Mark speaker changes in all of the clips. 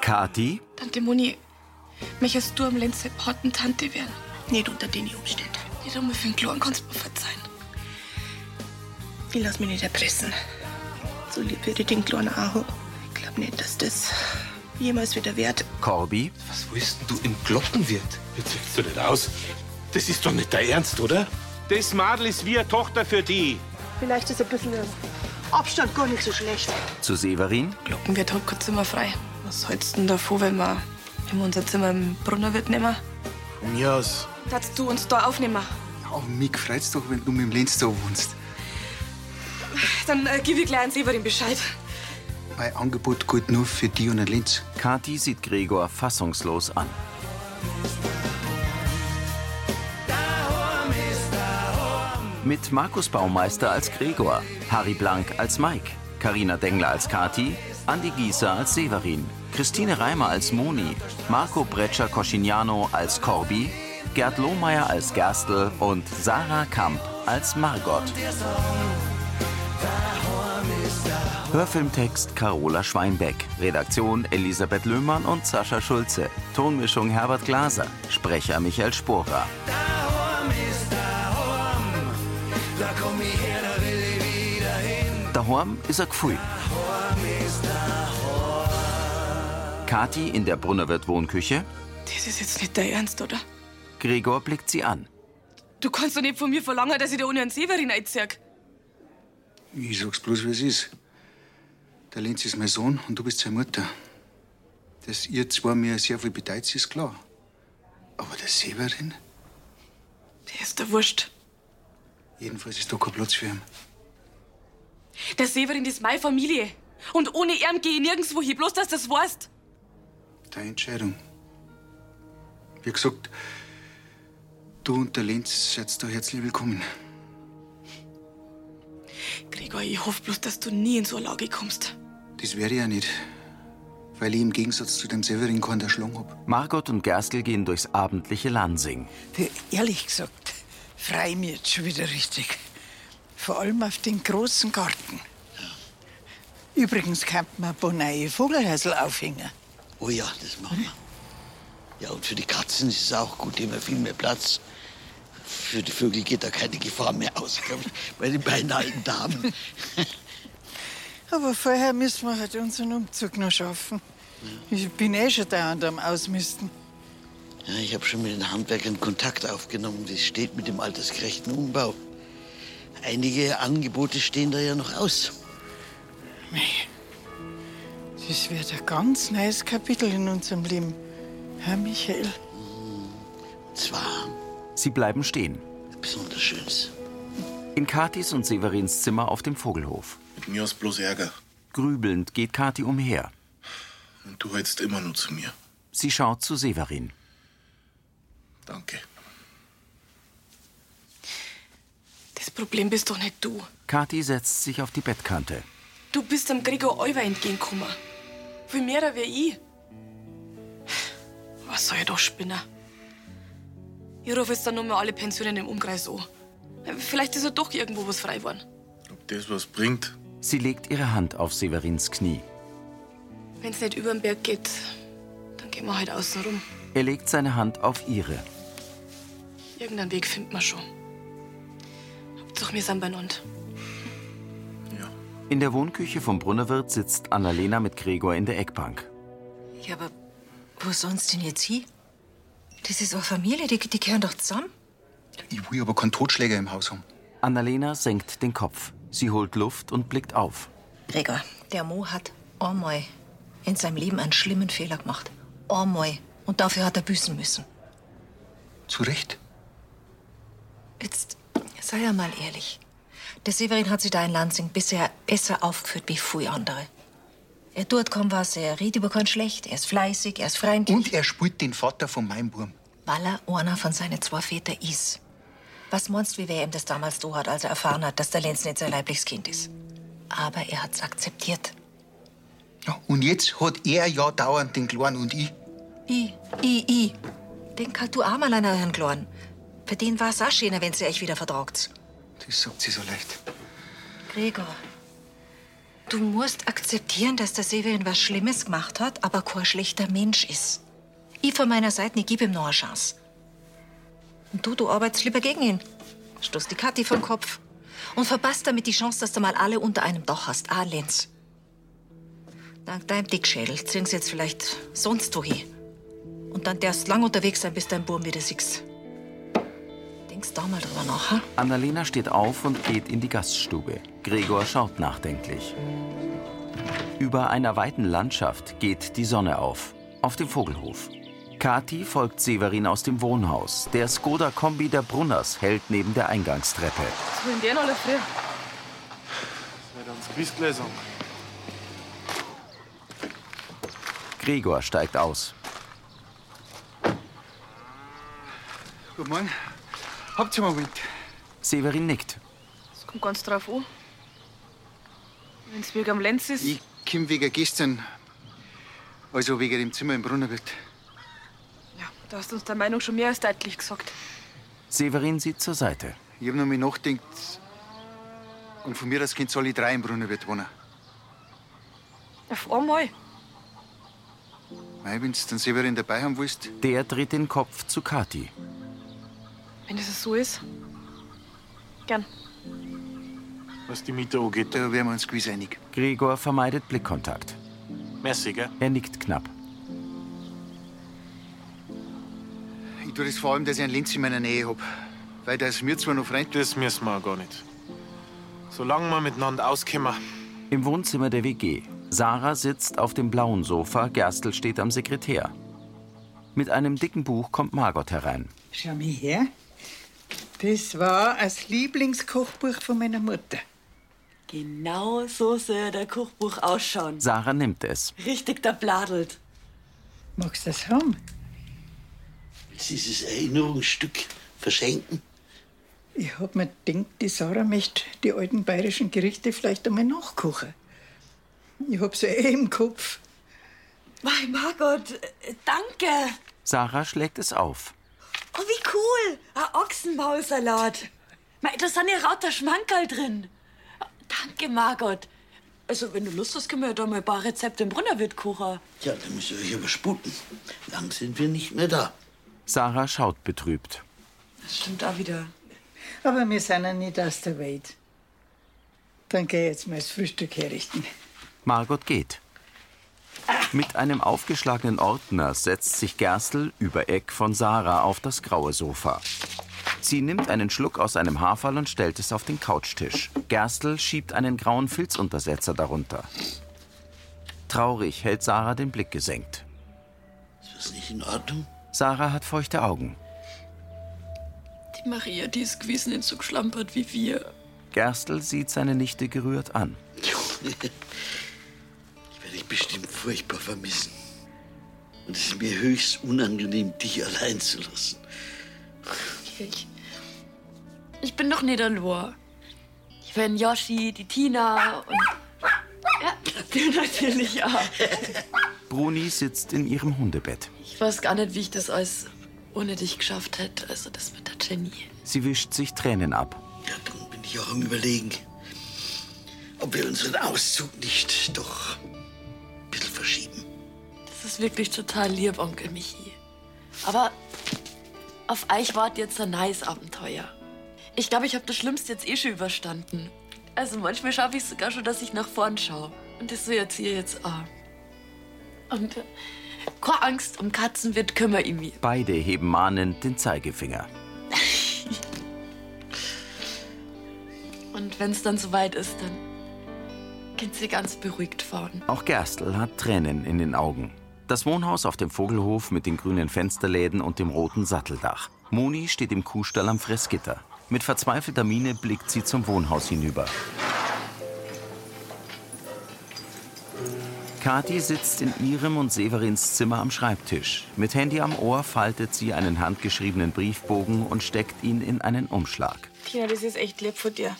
Speaker 1: Kati,
Speaker 2: Tante Moni, möchtest du am Lenz Potten Tante werden?
Speaker 3: Nicht unter den Umständen.
Speaker 2: Nicht einmal für den Kloren kannst du mir verzeihen.
Speaker 3: Ich lass mich nicht erpressen. So lieb würde ich den kleinen auch. haben. Ich glaub nicht, dass das jemals wieder wert.
Speaker 1: Corby,
Speaker 4: Was willst denn du im Glockenwirt?
Speaker 5: Jetzt wächst du nicht aus. Das ist doch nicht dein Ernst, oder?
Speaker 6: Das Madel ist wie eine Tochter für die.
Speaker 3: Vielleicht ist ein bisschen Abstand gar nicht so schlecht.
Speaker 1: zu Severin,
Speaker 2: Glockenwirt hat halt kein Zimmer frei. Was hältst du denn davor, wenn wir, wenn wir unser Zimmer im Brunnerwirt nehmen?
Speaker 5: Von mir aus.
Speaker 2: Darfst du uns da aufnehmen?
Speaker 7: Ja, mich freut's doch, wenn du mit dem Lenz da wohnst.
Speaker 2: Dann äh, gib ich gleich an Severin Bescheid.
Speaker 7: Mein Angebot gilt nur für die und den Lenz.
Speaker 1: Kati sieht Gregor fassungslos an. Mit Markus Baumeister als Gregor, Harry Blank als Mike, Karina Dengler als Kati, Andi Gieser als Severin, Christine Reimer als Moni, Marco Breccia Coscignano als Corby, Gerd Lohmeier als Gerstl und Sarah Kamp als Margot. Hörfilmtext Carola Schweinbeck. Redaktion Elisabeth Löhmann und Sascha Schulze. Tonmischung Herbert Glaser. Sprecher Michael Sporer. Daheim ist er gfui. Kati in der Brunnerwirt-Wohnküche.
Speaker 2: Das ist jetzt nicht dein Ernst, oder?
Speaker 1: Gregor blickt sie an.
Speaker 2: Du kannst doch nicht von mir verlangen, dass ich dir ohne einen Severin einziehe.
Speaker 7: Ich sag's bloß, wie es ist. Der Lenz ist mein Sohn und du bist seine Mutter. Dass ihr zwei mir sehr viel bedeutet, ist klar. Aber der Severin?
Speaker 2: Der ist der Wurscht.
Speaker 7: Jedenfalls ist da kein Platz für ihn.
Speaker 2: Der Severin ist meine Familie. Und ohne ihn gehe ich nirgendwo hin, bloß dass du das weißt.
Speaker 7: Deine Entscheidung. Wie gesagt, du und der Lenz seid da herzlich willkommen.
Speaker 2: Gregor, ich hoffe bloß, dass du nie in so eine Lage kommst.
Speaker 7: Das wäre ja nicht, weil ich im Gegensatz zu dem Severin keinen erschlagen hab.
Speaker 1: Margot und Gerstl gehen durchs abendliche Lansing.
Speaker 8: Du, ehrlich gesagt, freue ich mich jetzt schon wieder richtig. Vor allem auf den großen Garten. Übrigens könnte man ein paar neue Vogelhäusl aufhängen.
Speaker 9: Oh ja, das machen wir. Ja, und für die Katzen ist es auch gut, die haben ja viel mehr Platz. Für die Vögel geht da keine Gefahr mehr aus, glaube ich, bei den beiden alten Damen.
Speaker 8: Aber vorher müssen wir halt unseren Umzug noch schaffen. Ich bin eh schon dauernd am Ausmisten.
Speaker 9: Ja, ich habe schon mit den Handwerkern Kontakt aufgenommen. Das steht mit dem altersgerechten Umbau. Einige Angebote stehen da ja noch aus.
Speaker 8: Mei, Das wird ein ganz neues Kapitel in unserem Leben. Herr Michael.
Speaker 9: Zwar
Speaker 1: Sie bleiben stehen.
Speaker 9: ein besonders schönes.
Speaker 1: In Katis und Severins Zimmer auf dem Vogelhof.
Speaker 5: Mit mir aus bloß Ärger.
Speaker 1: Grübelnd geht Kati umher.
Speaker 5: Und du hältst immer nur zu mir.
Speaker 1: Sie schaut zu Severin.
Speaker 5: Danke.
Speaker 2: Das Problem bist doch nicht du.
Speaker 1: Kathi setzt sich auf die Bettkante.
Speaker 2: Du bist dem Gregor Euwer entgegengekommen. Viel mehr wie ich. Was soll ich doch spinnen? Ich rufe jetzt dann nur mal alle Pensionen im Umkreis an. Vielleicht ist ja doch irgendwo was frei geworden.
Speaker 5: Ob das was bringt?
Speaker 1: Sie legt ihre Hand auf Severins Knie.
Speaker 2: Wenn's nicht über den Berg geht, dann gehen wir halt außen rum.
Speaker 1: Er legt seine Hand auf ihre.
Speaker 2: Irgendeinen Weg finden wir schon. Hauptsache, wir sind beieinander.
Speaker 5: Ja.
Speaker 1: In der Wohnküche vom Brunnerwirt sitzt Annalena mit Gregor in der Eckbank.
Speaker 10: Ja, aber wo sonst denn jetzt hin? Das ist auch Familie, die, die gehören doch zusammen.
Speaker 7: Ich will aber keinen Totschläger im Haus haben.
Speaker 1: Annalena senkt den Kopf. Sie holt Luft und blickt auf.
Speaker 10: Gregor, der Mo hat einmal in seinem Leben einen schlimmen Fehler gemacht. Einmal. Und dafür hat er büßen müssen.
Speaker 7: Zu Recht.
Speaker 10: Jetzt sei ja mal ehrlich. Der Severin hat sich da in Lansing bisher besser aufgeführt wie viele andere. Er tut kaum was, er redet über kein Schlecht, er ist fleißig, er ist freundlich.
Speaker 7: Und er spielt den Vater von meinem Wurm.
Speaker 10: Weil er einer von seinen zwei Vätern ist. Was meinst du, wie wer ihm das damals do hat, als er erfahren hat, dass der Lenz nicht sein leibliches Kind ist? Aber er hat's akzeptiert.
Speaker 7: Ja, und jetzt hat er ja dauernd den Kleinen und ich.
Speaker 10: I, i, i. Denk halt du auch mal an euren Kleinen. Für den war's auch schöner, wenn ihr euch wieder vertragt.
Speaker 7: Das sagt sie so leicht.
Speaker 10: Gregor, Du musst akzeptieren, dass der Severin was Schlimmes gemacht hat, aber kein schlechter Mensch ist. Ich von meiner Seite, ich gebe ihm noch eine Chance. Und du, du arbeitest lieber gegen ihn. Stoß die Kathi vom Kopf. Und verpasst damit die Chance, dass du mal alle unter einem Dach hast. Ah, Lenz. Dank deinem Dickschädel zwingen sie jetzt vielleicht sonst wohin. Und dann darfst lang unterwegs sein, bis dein Burm wieder siehst. Denkst da mal drüber nach, ha?
Speaker 1: Annalena steht auf und geht in die Gaststube. Gregor schaut nachdenklich. Über einer weiten Landschaft geht die Sonne auf. Auf dem Vogelhof. Kathi folgt Severin aus dem Wohnhaus. Der Skoda-Kombi der Brunners hält neben der Eingangstreppe.
Speaker 2: Was wollen die noch alle früher?
Speaker 5: Nicht ans Quiz gelesen.
Speaker 1: Gregor steigt aus.
Speaker 7: Guten Morgen. Habt ihr mal mit?
Speaker 1: Severin nickt.
Speaker 2: Das kommt ganz drauf an. Wenn's wegen am Lenz ist.
Speaker 7: Ich komm wegen gestern. Also wegen dem Zimmer im Brunnerwirt.
Speaker 2: Da hast du uns deine Meinung schon mehr als deutlich gesagt.
Speaker 1: Severin sieht zur Seite.
Speaker 7: Ich hab noch mal nachgedacht. Und von mir aus Kind soll ich drei im Brunnerwirt wohnen.
Speaker 2: Auf einmal.
Speaker 7: Mei, wenn's den Severin dabei haben willst,
Speaker 1: Der dreht den Kopf zu Kathi.
Speaker 2: Wenn das so ist. Gern.
Speaker 7: Was die Miete angeht. Da wären wir uns gewiss einig.
Speaker 1: Gregor vermeidet Blickkontakt.
Speaker 5: Merci, gell?
Speaker 1: Er nickt knapp.
Speaker 7: Ich tue das vor allem, dass ich einen Lenz in meiner Nähe hab. Weil der ist mir zwar noch Freund.
Speaker 5: Das müssen wir auch gar nicht. Solange wir miteinander auskommen.
Speaker 1: Im Wohnzimmer der WG. Sarah sitzt auf dem blauen Sofa, Gerstl steht am Sekretär. Mit einem dicken Buch kommt Margot herein.
Speaker 8: Schau mal her. Das war das Lieblingskochbuch von meiner Mutter.
Speaker 11: Genau so soll der Kochbuch ausschauen.
Speaker 1: Sarah nimmt es.
Speaker 11: Richtig da bladelt.
Speaker 8: Magst du das haben?
Speaker 9: Willst du dieses Erinnerungsstück verschenken?
Speaker 8: Ich hab mir gedacht, die Sarah möchte die alten bayerischen Gerichte vielleicht einmal nachkochen. Ich hab's ja eh im Kopf.
Speaker 11: Mein Margot, äh, danke.
Speaker 1: Sarah schlägt es auf.
Speaker 11: Oh, wie cool. Ein Ochsenmaulsalat. Mei, da sind ja lauter Schmankerl drin. Danke, Margot. Also, wenn du Lust hast, können wir ja da mal ein paar Rezepte im Brunnerwirt kochen.
Speaker 9: Ja, dann müsst ihr euch aber sputen. Lang sind wir nicht mehr da.
Speaker 1: Sarah schaut betrübt.
Speaker 11: Das stimmt auch wieder.
Speaker 8: Aber wir sind ja nicht aus der Welt. Dann geh jetzt mal das Frühstück herrichten.
Speaker 1: Margot geht. Mit einem aufgeschlagenen Ordner setzt sich Gerstl über Eck von Sarah auf das graue Sofa. Sie nimmt einen Schluck aus einem Haferl und stellt es auf den Couchtisch. Gerstl schiebt einen grauen Filzuntersetzer darunter. Traurig hält Sarah den Blick gesenkt.
Speaker 9: Ist das nicht in Ordnung?
Speaker 1: Sarah hat feuchte Augen.
Speaker 2: Die Maria, die ist gewiss nicht so geschlampert wie wir.
Speaker 1: Gerstl sieht seine Nichte gerührt an.
Speaker 9: Ich werde dich bestimmt furchtbar vermissen. Und es ist mir höchst unangenehm, dich allein zu lassen.
Speaker 11: Ich, ich bin doch nicht allein. Ich bin Yoshi, die Tina und. Ja, die natürlich auch.
Speaker 1: Bruni sitzt in ihrem Hundebett.
Speaker 11: Ich weiß gar nicht, wie ich das alles ohne dich geschafft hätte. Also, das mit der Jenny.
Speaker 1: Sie wischt sich Tränen ab.
Speaker 9: Bin ich auch am Überlegen, ob wir unseren Auszug nicht doch ein bisschen verschieben.
Speaker 11: Das ist wirklich total lieb, Onkel Michi. Aber auf euch wart jetzt ein neues Abenteuer. Ich glaube, ich habe das Schlimmste jetzt eh schon überstanden. Also manchmal schaffe ich sogar schon, dass ich nach vorn schaue. Und das so jetzt hier jetzt auch. Und äh, keine Angst, um Katzen wird kümmere ich mich.
Speaker 1: Beide heben mahnend den Zeigefinger.
Speaker 11: Und wenn es dann soweit ist, dann könnt ihr ganz beruhigt fahren.
Speaker 1: Auch Gerstl hat Tränen in den Augen. Das Wohnhaus auf dem Vogelhof mit den grünen Fensterläden und dem roten Satteldach. Moni steht im Kuhstall am Fressgitter. Mit verzweifelter Miene blickt sie zum Wohnhaus hinüber. Kathi sitzt in ihrem und Severins Zimmer am Schreibtisch. Mit Handy am Ohr faltet sie einen handgeschriebenen Briefbogen und steckt ihn in einen Umschlag.
Speaker 2: Tina, das ist echt lieb von dir.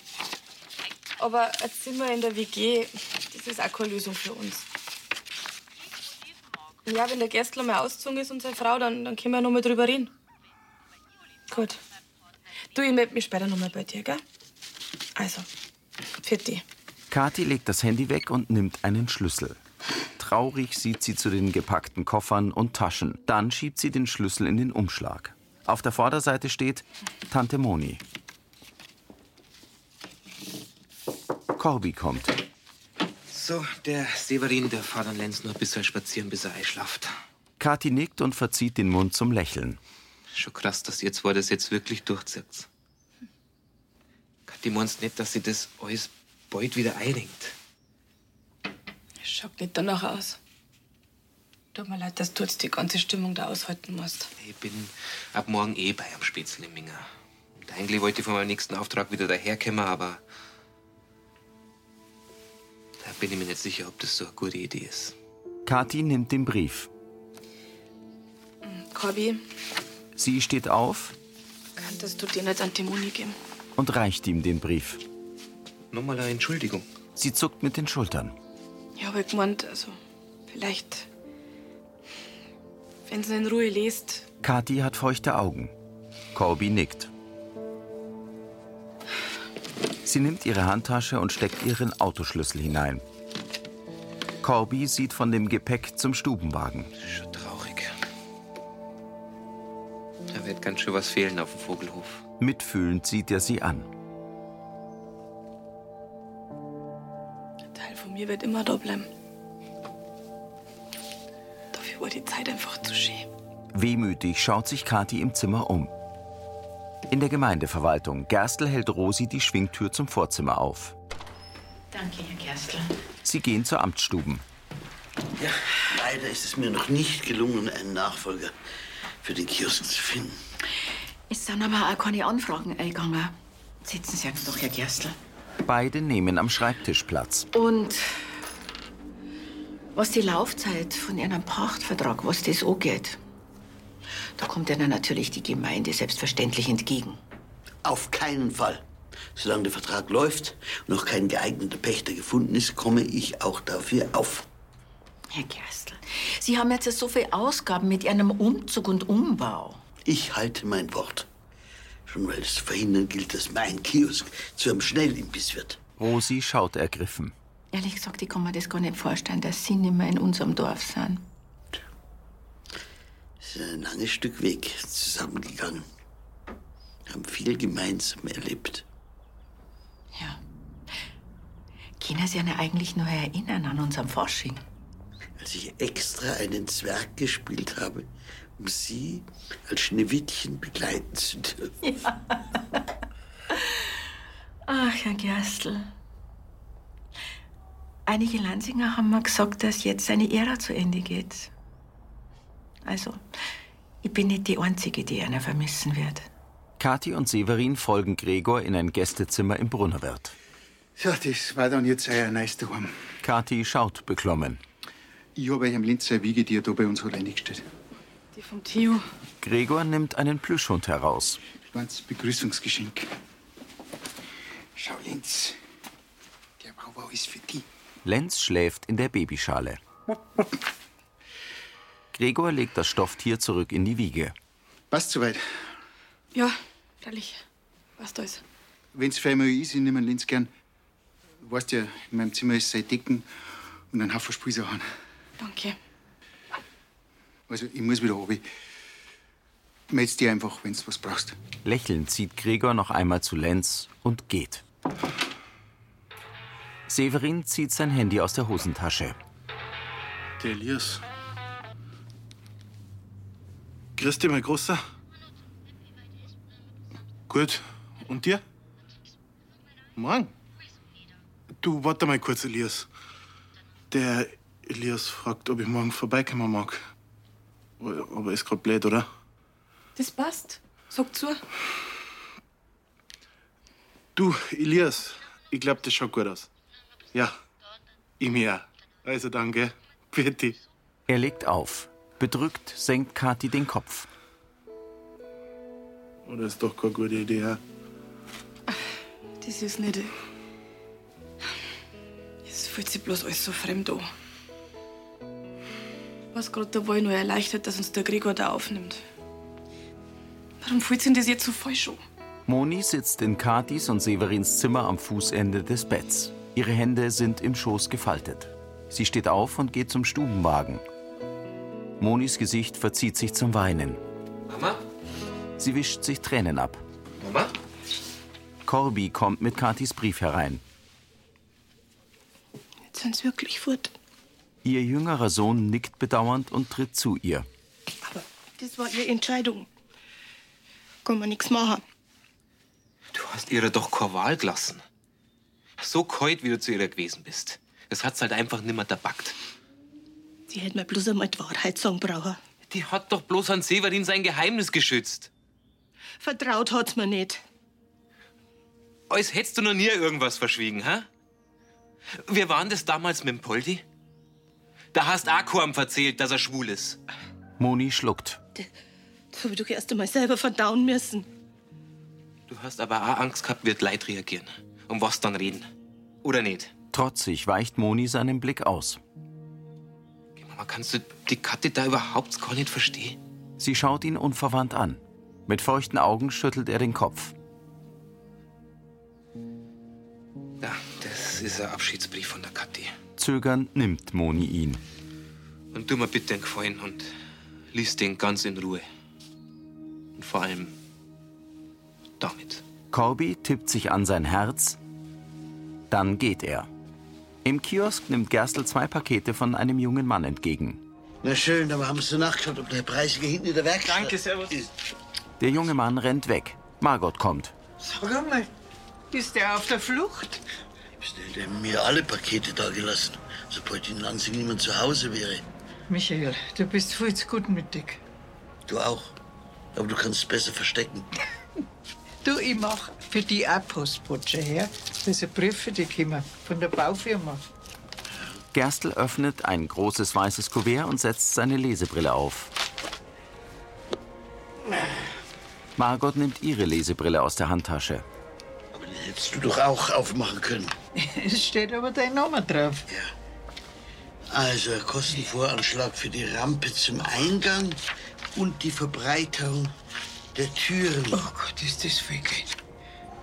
Speaker 2: Aber ein Zimmer in der WG, das ist auch keine Lösung für uns. Ja, wenn der Gästler mal ausgezogen ist und seine Frau, dann, dann können wir noch mal drüber reden. Gut. Du, ich melde mich später noch mal bei dir, gell? Also, für dich.
Speaker 1: Kathi legt das Handy weg und nimmt einen Schlüssel. Traurig sieht sie zu den gepackten Koffern und Taschen. Dann schiebt sie den Schlüssel in den Umschlag. Auf der Vorderseite steht Tante Moni. Corby kommt.
Speaker 4: So, der Severin, der fährt dann Lenz nur ein bisschen spazieren, bis er einschlaft.
Speaker 1: Kathi nickt und verzieht den Mund zum Lächeln.
Speaker 4: Schon krass, dass ihr zwei das jetzt wirklich durchzieht. Kathi meinst nicht, dass sie das alles bald wieder einringt.
Speaker 2: Schaut nicht danach aus. Tut mir leid, dass du jetzt die ganze Stimmung da aushalten musst.
Speaker 4: Ich bin ab morgen eh bei am Spätzle im Minger. Und Eigentlich wollte ich von meinem nächsten Auftrag wieder daherkommen, aber da bin ich mir nicht sicher, ob das so eine gute Idee ist.
Speaker 1: Kathi nimmt den Brief.
Speaker 2: Hm, Corby,
Speaker 1: Sie steht auf
Speaker 2: könntest du dir nicht an die Moni geben?
Speaker 1: und reicht ihm den Brief.
Speaker 4: Nochmal eine Entschuldigung.
Speaker 1: Sie zuckt mit den Schultern.
Speaker 2: Ja, aber ich gemeint, also, vielleicht, wenn sie in Ruhe lest,
Speaker 1: Kathi hat feuchte Augen. Corby nickt. Sie nimmt ihre Handtasche und steckt ihren Autoschlüssel hinein. Corby sieht von dem Gepäck zum Stubenwagen.
Speaker 4: Da wird ganz schön was fehlen auf dem Vogelhof.
Speaker 1: Mitfühlend sieht er sie an.
Speaker 2: ein Teil von mir wird immer da bleiben. Dafür war die Zeit einfach zu schön.
Speaker 1: Wehmütig schaut sich Kathi im Zimmer um. In der Gemeindeverwaltung. Gerstl hält Rosi die Schwingtür zum Vorzimmer auf.
Speaker 12: Danke, Herr Gerstl.
Speaker 1: Sie gehen zur Amtsstuben.
Speaker 9: Ja, leider ist es mir noch nicht gelungen, einen Nachfolger für den Kiosk zu finden.
Speaker 12: Es sind aber auch keine Anfragen eingegangen. Sitzen Sie jetzt doch, Herr Gerstl.
Speaker 1: Beide nehmen am Schreibtisch Platz.
Speaker 12: Und was die Laufzeit von Ihrem Pachtvertrag, was das angeht, da kommt Ihnen natürlich die Gemeinde selbstverständlich entgegen.
Speaker 9: Auf keinen Fall. Solange der Vertrag läuft und noch kein geeigneter Pächter gefunden ist, komme ich auch dafür auf.
Speaker 12: Herr Gerstl, Sie haben jetzt so viele Ausgaben mit Ihrem Umzug und Umbau.
Speaker 9: Ich halte mein Wort. Schon weil es zu verhindern gilt, dass mein Kiosk zu einem Schnellimbiss wird.
Speaker 1: Rosi schaut ergriffen.
Speaker 12: Ehrlich gesagt, ich kann mir das gar nicht vorstellen, dass Sie nicht mehr in unserem Dorf sind.
Speaker 9: Es ist ein langes Stück Weg zusammengegangen. Haben viel gemeinsam erlebt.
Speaker 12: Können Sie sich eigentlich noch erinnern an unseren Fasching?
Speaker 9: Als ich extra einen Zwerg gespielt habe, um sie als Schneewittchen begleiten zu dürfen.
Speaker 12: Ach, Herr Gerstl. Einige Lansinger haben mir gesagt, dass jetzt seine Ära zu Ende geht. Also, ich bin nicht die Einzige, die einer vermissen wird.
Speaker 1: Kathi und Severin folgen Gregor in ein Gästezimmer im Brunnerwirt.
Speaker 7: So, das war dann jetzt euer neues Daheim.
Speaker 1: Kathi schaut beklommen.
Speaker 7: Ich habe euch am Linzer Wiege, die ihr da bei uns hat, eingestellt.
Speaker 2: Die vom Theo.
Speaker 1: Gregor nimmt einen Plüschhund heraus.
Speaker 7: Kleines Begrüßungsgeschenk. Schau, Lenz. Der Wauwau ist für dich.
Speaker 1: Lenz schläft in der Babyschale. Gregor legt das Stofftier zurück in die Wiege.
Speaker 7: Passt soweit.
Speaker 2: Ja, freilich. Was da ist.
Speaker 7: Wenn's für einmal ist, ich nehme einen Lenz gern. Weißt ja, in meinem Zimmer ist seit Decken und ein Haufen Spielsachen.
Speaker 2: Danke.
Speaker 7: Also, ich muss wieder runter. Meld's dir einfach, wenn's was brauchst.
Speaker 1: Lächelnd zieht Gregor noch einmal zu Lenz und geht. Severin zieht sein Handy aus der Hosentasche.
Speaker 5: Der Elias. Grüß dich, mein Großer. Gut. Und dir? Morgen. Du, warte mal kurz, Elias. Der Elias fragt, ob ich morgen vorbeikommen mag. Aber ist grad blöd, oder?
Speaker 2: Das passt. Sag zu.
Speaker 5: Du, Elias, ich glaub, das schaut gut aus. Ja, ich mir auch. Also danke. Bitte.
Speaker 1: Er legt auf. Bedrückt senkt Kathi den Kopf.
Speaker 5: Oder ist doch keine gute Idee, ja?
Speaker 2: Das ist nicht. Es fühlt sich bloß alles so fremd an. Was gerade dabei nur erleichtert, dass uns der Gregor da aufnimmt. Warum fühlt sich das jetzt so falsch an?
Speaker 1: Moni sitzt in Kathis und Severins Zimmer am Fußende des Betts. Ihre Hände sind im Schoß gefaltet. Sie steht auf und geht zum Stubenwagen. Monis Gesicht verzieht sich zum Weinen.
Speaker 4: Mama?
Speaker 1: Sie wischt sich Tränen ab.
Speaker 4: Mama?
Speaker 1: Corby kommt mit Katis Brief herein.
Speaker 3: Jetzt sind sie wirklich fort.
Speaker 1: Ihr jüngerer Sohn nickt bedauernd und tritt zu ihr.
Speaker 3: Aber das war ihre Entscheidung. Kann man nichts machen.
Speaker 4: Du hast ihrer doch keine Wahl gelassen. So kalt, wie du zu ihrer gewesen bist. Das hat's halt einfach nimmer dabackt.
Speaker 3: Sie hätte mir bloß einmal die Wahrheit sagen brauchen.
Speaker 4: Die hat doch bloß an Severin sein Geheimnis geschützt.
Speaker 3: Vertraut hat's mir nicht.
Speaker 4: Als hättest du noch nie irgendwas verschwiegen, hä? Wir waren das damals mit dem Poldi. Da hast Akuam verzählt, dass er schwul ist.
Speaker 1: Moni schluckt.
Speaker 3: Das habe ich doch erst einmal selber verdauen müssen.
Speaker 4: Du hast aber auch Angst gehabt, wird Leid reagieren. Um was dann reden. Oder nicht?
Speaker 1: Trotzig weicht Moni seinen Blick aus.
Speaker 4: Mama, kannst du die Katte da überhaupt gar nicht verstehen?
Speaker 1: Sie schaut ihn unverwandt an. Mit feuchten Augen schüttelt er den Kopf.
Speaker 4: Ja, das ist ein Abschiedsbrief von der Kathi.
Speaker 1: Zögernd nimmt Moni ihn.
Speaker 4: Und tu mir bitte einen Gefallen und lies den ganz in Ruhe. Und vor allem damit.
Speaker 1: Corby tippt sich an sein Herz. Dann geht er. Im Kiosk nimmt Gerstl zwei Pakete von einem jungen Mann entgegen.
Speaker 9: Na schön, aber haben Sie nachgeschaut, ob der Preis hier hinten in der Werkstatt Danke, servus. ist?
Speaker 1: Der junge Mann rennt weg. Margot kommt.
Speaker 9: Sag einmal, ist der auf der Flucht? Ich hätte mir alle Pakete da gelassen, sobald in Lansing niemand zu Hause wäre.
Speaker 8: Michael, du bist viel zu gutmütig.
Speaker 9: Du auch. Aber du kannst es besser verstecken.
Speaker 8: Du, ich mach für die auch Postbotsche her. Das sind Briefe, die kommen von der Baufirma.
Speaker 1: Gerstl öffnet ein großes weißes Kuvert und setzt seine Lesebrille auf. Margot nimmt ihre Lesebrille aus der Handtasche.
Speaker 9: Hättest du doch auch aufmachen können.
Speaker 8: Es steht aber dein Name drauf.
Speaker 9: Also Kostenvoranschlag für die Rampe zum Eingang und die Verbreiterung der Türen.
Speaker 8: Oh Gott, ist das viel Geld.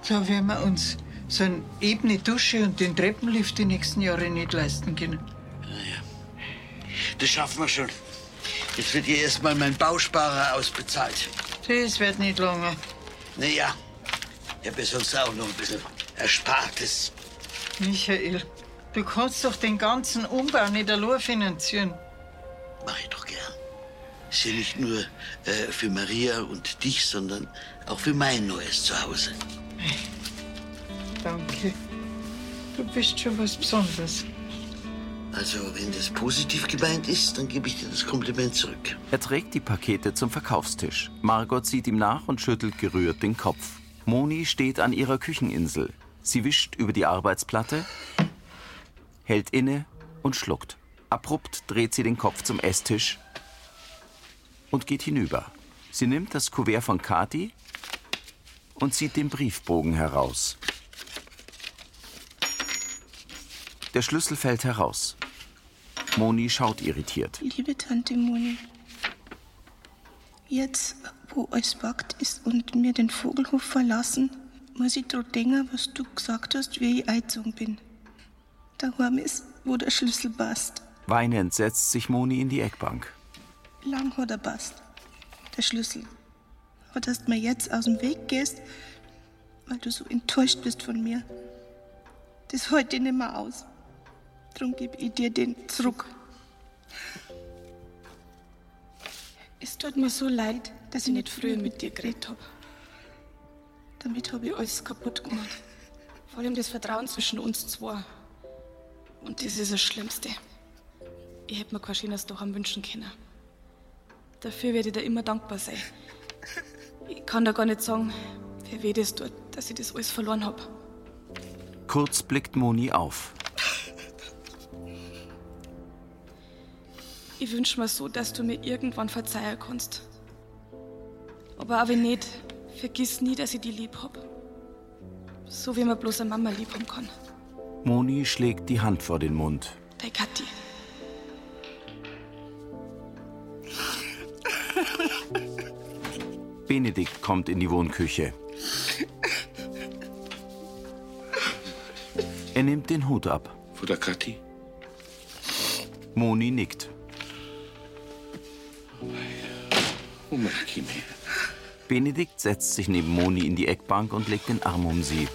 Speaker 8: So werden wir uns so eine ebene Dusche und den Treppenlift die nächsten Jahre nicht leisten können.
Speaker 9: Das schaffen wir schon. Jetzt wird hier erstmal mein Bausparer ausbezahlt.
Speaker 8: Das wird nicht lange.
Speaker 9: Naja, ich habe ja sonst auch noch ein bisschen Erspartes.
Speaker 8: Michael, du kannst doch den ganzen Umbau nicht allein finanzieren.
Speaker 9: Mach ich doch gern. Ist ja nicht nur äh, für Maria und dich, sondern auch für mein neues Zuhause.
Speaker 8: Danke. Du bist schon was Besonderes.
Speaker 9: Also, wenn das positiv gemeint ist, dann gebe ich dir das Kompliment zurück.
Speaker 1: Er trägt die Pakete zum Verkaufstisch. Margot sieht ihm nach und schüttelt gerührt den Kopf. Moni steht an ihrer Kücheninsel. Sie wischt über die Arbeitsplatte, hält inne und schluckt. Abrupt dreht sie den Kopf zum Esstisch und geht hinüber. Sie nimmt das Kuvert von Kathi und zieht den Briefbogen heraus. Der Schlüssel fällt heraus. Moni schaut irritiert.
Speaker 3: Liebe Tante Moni, jetzt, wo alles packt ist und wir den Vogelhof verlassen, muss ich dran denken, was du gesagt hast, wie ich eingezogen bin. Daheim ist, wo der Schlüssel passt.
Speaker 1: Weinend setzt sich Moni in die Eckbank.
Speaker 3: Lang hat er passt, der Schlüssel. Aber dass du mir jetzt aus dem Weg gehst, weil du so enttäuscht bist von mir, das heute ich nicht mehr aus. Drum gebe ich dir den zurück. Es tut mir so leid, dass ich nicht früher mit dir geredet habe. Damit habe ich alles kaputt gemacht. Vor allem das Vertrauen zwischen uns zwei. Und das ist das Schlimmste.
Speaker 2: Ich hätte mir kein schönes doch am wünschen können. Dafür werde ich dir immer dankbar sein. Ich kann da gar nicht sagen, wer weh das tut, dass ich das alles verloren habe.
Speaker 1: Kurz blickt Moni auf.
Speaker 2: Ich wünsche mir so, dass du mir irgendwann verzeihen kannst. Aber auch wenn nicht, vergiss nie, dass ich die lieb hab. So wie man bloß eine Mama lieb haben kann.
Speaker 1: Moni schlägt die Hand vor den Mund.
Speaker 2: Deine Kathi.
Speaker 1: Benedikt kommt in die Wohnküche. Er nimmt den Hut ab.
Speaker 6: Von der Kathi?
Speaker 1: Moni nickt.
Speaker 6: Oh mein Kimi.
Speaker 1: Benedikt setzt sich neben Moni in die Eckbank und legt den Arm um sie.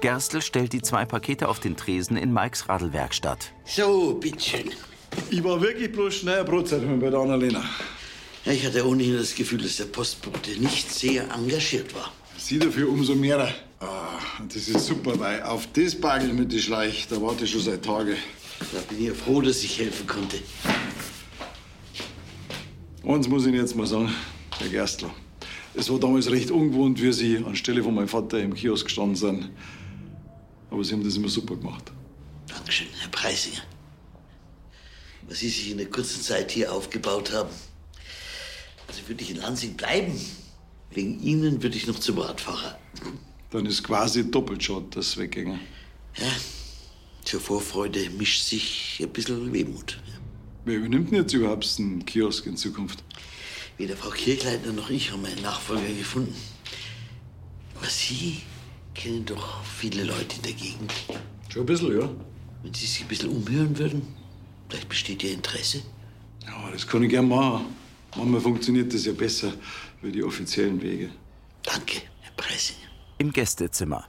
Speaker 1: Gerstl stellt die zwei Pakete auf den Tresen in Mikes Radlwerkstatt.
Speaker 9: So, bitteschön.
Speaker 5: Ich war wirklich bloß schnell eine Brotzeit mit bei der Annalena.
Speaker 9: Ja, ich hatte ohnehin das Gefühl, dass der Postbote nicht sehr engagiert war.
Speaker 13: Sie dafür umso mehr. Ah, das ist super, weil auf das Bagel mit den Schleich, da warte ich schon seit Tagen.
Speaker 9: Da bin ich ja froh, dass ich helfen konnte.
Speaker 13: Eins muss ich Ihnen jetzt mal sagen, Herr Gerstl. Es war damals recht ungewohnt, wie Sie anstelle von meinem Vater im Kiosk gestanden sind. Aber Sie haben das immer super gemacht.
Speaker 9: Dankeschön, Herr Preisinger. Was Sie sich in der kurzen Zeit hier aufgebaut haben. Also würde ich in Lansing bleiben. Wegen Ihnen würde ich noch zum Radfahrer.
Speaker 13: Dann ist quasi doppelt schon das Weggänger.
Speaker 9: Ja, zur Vorfreude mischt sich ein bisschen Wehmut.
Speaker 13: Wer übernimmt denn jetzt überhaupt einen Kiosk in Zukunft?
Speaker 9: Weder Frau Kirchleitner noch ich haben einen Nachfolger gefunden. Aber Sie kennen doch viele Leute in der Gegend.
Speaker 13: Schon ein bisschen, ja.
Speaker 9: Wenn Sie sich ein bisschen umhören würden, vielleicht besteht Ihr Interesse.
Speaker 13: Ja, das kann ich gern machen. Manchmal funktioniert das ja besser über die offiziellen Wege.
Speaker 9: Danke, Herr Pressing.
Speaker 1: Im Gästezimmer.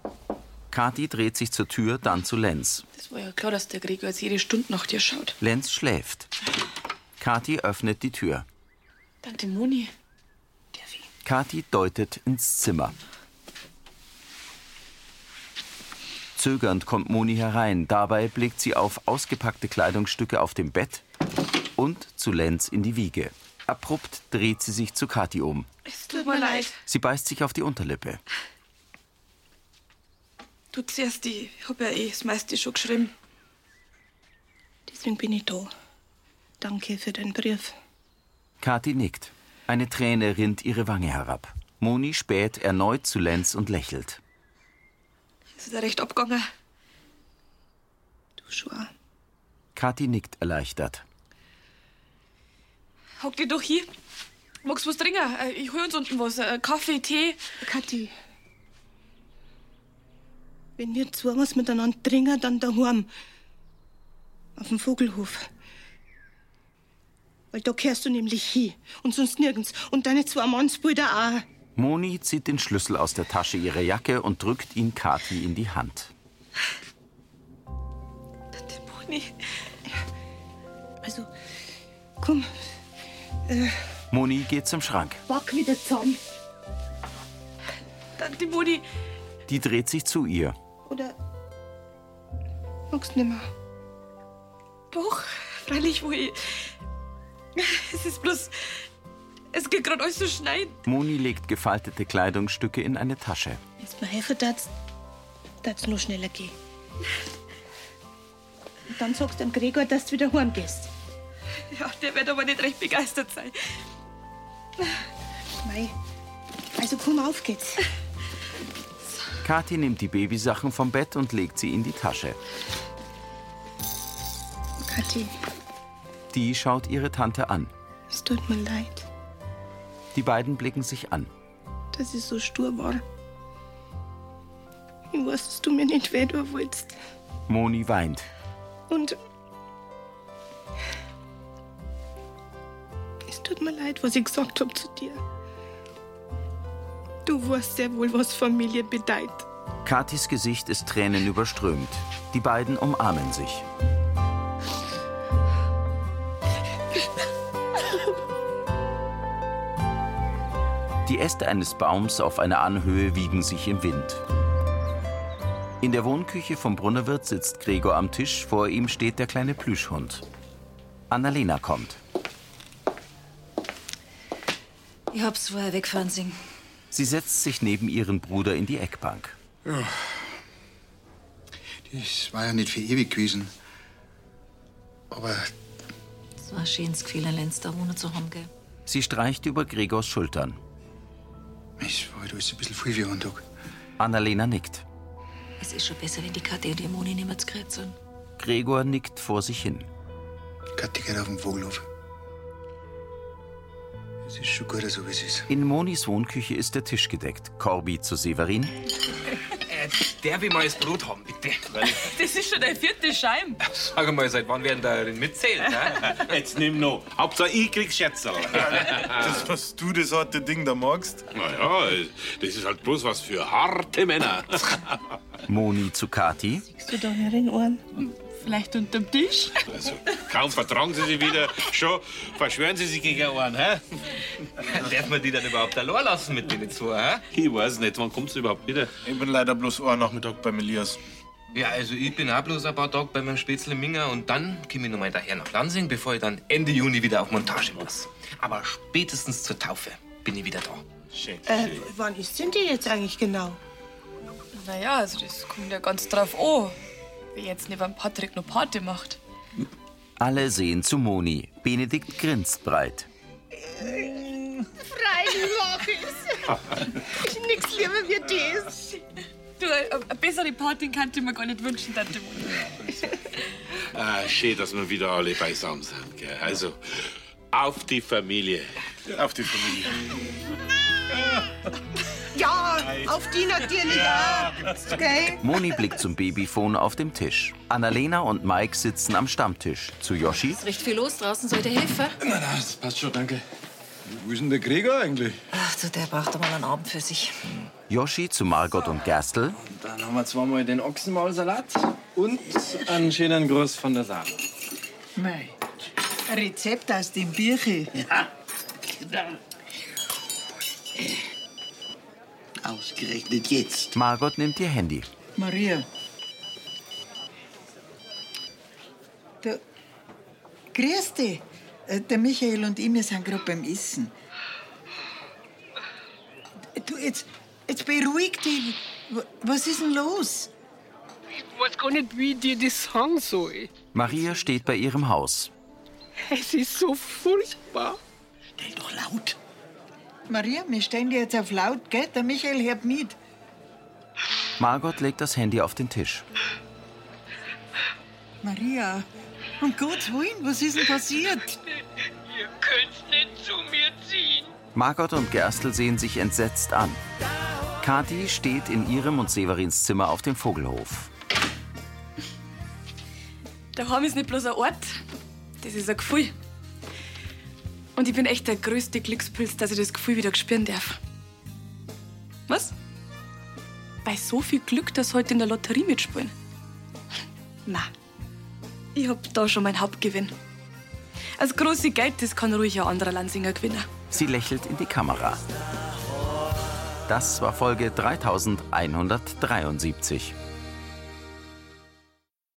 Speaker 1: Kathi dreht sich zur Tür, dann zu Lenz.
Speaker 2: Es war ja klar, dass der Gregor jetzt jede Stunde nach dir schaut.
Speaker 1: Lenz schläft. Kathi öffnet die Tür.
Speaker 2: Tante Moni.
Speaker 1: Kathi deutet ins Zimmer. Zögernd kommt Moni herein. Dabei blickt sie auf ausgepackte Kleidungsstücke auf dem Bett und zu Lenz in die Wiege. Abrupt dreht sie sich zu Kathi um.
Speaker 2: Es tut mir leid.
Speaker 1: Sie beißt sich auf die Unterlippe.
Speaker 2: Du zuerst die. Ich hab ja eh das meiste schon geschrieben.
Speaker 3: Deswegen bin ich da. Danke für deinen Brief.
Speaker 1: Kathi nickt. Eine Träne rinnt ihre Wange herab. Moni späht erneut zu Lenz und lächelt.
Speaker 2: Es ist ja recht abgegangen.
Speaker 3: Du schon. auch.
Speaker 1: Kathi nickt erleichtert.
Speaker 2: Hock dich doch hier. Magst du was trinken? Äh, Ich hol uns unten was. Äh, Kaffee, Tee.
Speaker 3: Kathi. Wenn wir zwei was miteinander trinken, dann daheim. Auf dem Vogelhof. Weil da kehrst du nämlich hin und sonst nirgends. Und deine zwei Mannsbrüder auch.
Speaker 1: Moni zieht den Schlüssel aus der Tasche ihrer Jacke und drückt ihn Kathi in die Hand.
Speaker 2: Moni.
Speaker 3: Also, komm. Äh,
Speaker 1: Moni geht zum Schrank.
Speaker 3: pack wieder zusammen.
Speaker 2: Tante Moni.
Speaker 1: Die dreht sich zu ihr.
Speaker 3: Oder. Magst nimmer.
Speaker 2: Doch, freilich, wo ich. Es ist bloß. Es geht gerade alles so schnell.
Speaker 1: Moni legt gefaltete Kleidungsstücke in eine Tasche.
Speaker 3: Wenn's mir helfen darfst, darf's nur schneller gehen. Und dann sagst du dem Gregor, dass du wieder heimgehst.
Speaker 2: Ja, der wird aber nicht recht begeistert sein.
Speaker 3: Mei. Also komm, auf geht's.
Speaker 1: Kathi nimmt die Babysachen vom Bett und legt sie in die Tasche.
Speaker 3: Kathi,
Speaker 1: Die schaut ihre Tante an.
Speaker 3: es tut mir leid,
Speaker 1: Die beiden blicken sich an.
Speaker 3: dass ich so stur war. Ich weiß, dass du mir nicht wehtun wolltest.
Speaker 1: Moni weint.
Speaker 3: Und. Es tut mir leid, was ich gesagt hab zu dir. Du weißt sehr wohl, was Familie bedeutet.
Speaker 1: Kathis Gesicht ist tränenüberströmt. Die beiden umarmen sich. Die Äste eines Baums auf einer Anhöhe wiegen sich im Wind. In der Wohnküche vom Brunnerwirt sitzt Gregor am Tisch, vor ihm steht der kleine Plüschhund. Annalena kommt.
Speaker 10: Ich hab's vorher wegfahren sehen.
Speaker 1: Sie setzt sich neben ihren Bruder in die Eckbank.
Speaker 7: Ja. Das war ja nicht für ewig gewesen. Aber
Speaker 10: Es war ein schönes Gefühl, in Lenz da wohnen zu haben, gell?
Speaker 1: Sie streicht über Gregors Schultern.
Speaker 7: es war halt alles ein bisschen viel wie ein Tag.
Speaker 1: Annalena nickt.
Speaker 10: Es ist schon besser, wenn die Kathi und die Moni nicht mehr zu gerät sind.
Speaker 1: Gregor nickt vor sich hin.
Speaker 7: Kathi geht auf den Vogelhof. Es ist schon gut, so wie es ist.
Speaker 1: In Monis Wohnküche ist der Tisch gedeckt. Corby zu Severin,
Speaker 4: Äh, der will mal das Brot haben, bitte. Weil,
Speaker 11: Das ist schon der vierte Schein.
Speaker 4: sag mal, seit wann werden da mitzählt? ne? Hä?
Speaker 14: Jetzt nimm noch. Hauptsache ich krieg Scherzerl.
Speaker 4: Das,
Speaker 14: was du das harte Ding da magst. Naja, das ist halt bloß was für harte Männer.
Speaker 1: Moni zu Kathi.
Speaker 3: So da her in Ohren.
Speaker 11: Vielleicht unterm Tisch?
Speaker 14: Also, kaum vertragen sie sich wieder, schon verschwören sie sich gegen einen, hä?
Speaker 4: Darf man die dann überhaupt allein lassen mit denen zwei, hä?
Speaker 14: Ich weiß nicht, wann kommst du überhaupt wieder?
Speaker 5: Ich bin leider bloß einen Nachmittag beim Elias.
Speaker 4: Ja, also ich bin auch bloß ein paar Tage bei meinem Spätzle Minger und dann komme ich nochmal daher nach Lansing, bevor ich dann Ende Juni wieder auf Montage muss. Aber spätestens zur Taufe bin ich wieder da. Schön.
Speaker 3: Äh, wann ist denn die jetzt eigentlich genau?
Speaker 2: Naja, also das kommt ja ganz drauf an, wie jetzt neben Patrick noch Party macht.
Speaker 1: Alle sehen zu Moni. Benedikt grinst breit.
Speaker 11: Freilich mach ich's. Nix lieber wie das. Du, äh, eine bessere Party kann ich mir gar nicht wünschen, Tante Moni.
Speaker 14: Ah, schön, dass wir wieder alle beisammen sind, gell? Also, auf die Familie. Auf die Familie.
Speaker 3: Ja, auf die natürlich. Ja. Gell?
Speaker 1: Moni blickt zum Babyphone auf dem Tisch. Annalena und Mike sitzen am Stammtisch. Zu Yoshi.
Speaker 10: Ist recht viel los draußen, sollte Hilfe?
Speaker 13: Na, na, das passt schon, danke. Wo ist denn der Gregor eigentlich?
Speaker 10: Ach du, Also, der braucht einmal einen Abend für sich.
Speaker 1: Yoshi zu Margot und Gerstl.
Speaker 15: Dann haben wir zweimal den Ochsenmaulsalat und einen schönen Gruß von der Sarah.
Speaker 16: Mei, ein Rezept aus dem Birche. Ja,
Speaker 1: Ausgerechnet jetzt. Margot nimmt ihr Handy.
Speaker 16: Maria. Du, grüß dich. Äh, Der Michael und ich, wir sind gerade beim Essen. Du, jetzt, jetzt beruhig dich. W- Was ist denn los?
Speaker 17: Ich weiß gar nicht, wie ich dir das sagen soll.
Speaker 1: Maria steht bei ihrem Haus.
Speaker 17: Es ist so furchtbar.
Speaker 16: Stell doch laut. Maria, wir stellen dir jetzt auf laut, gell? Der Michael hört mit.
Speaker 1: Margot legt das Handy auf den Tisch.
Speaker 16: Maria, um Gottes Willen, was ist denn passiert?
Speaker 17: Ihr könnt's nicht zu mir ziehen.
Speaker 1: Margot und Gerstl sehen sich entsetzt an. Kathi steht in ihrem und Severins Zimmer auf dem Vogelhof.
Speaker 2: Daheim ist nicht bloß ein Ort, das ist ein Gefühl. Und ich bin echt der größte Glückspilz, dass ich das Gefühl wieder spüren darf. Was? Bei so viel Glück, dass heute in der Lotterie mitspielen? Na, ich hab da schon meinen Hauptgewinn. Das große Geld, das kann ruhig ein anderer Lansinger gewinnen.
Speaker 1: Sie lächelt in die Kamera. Das war Folge 3173.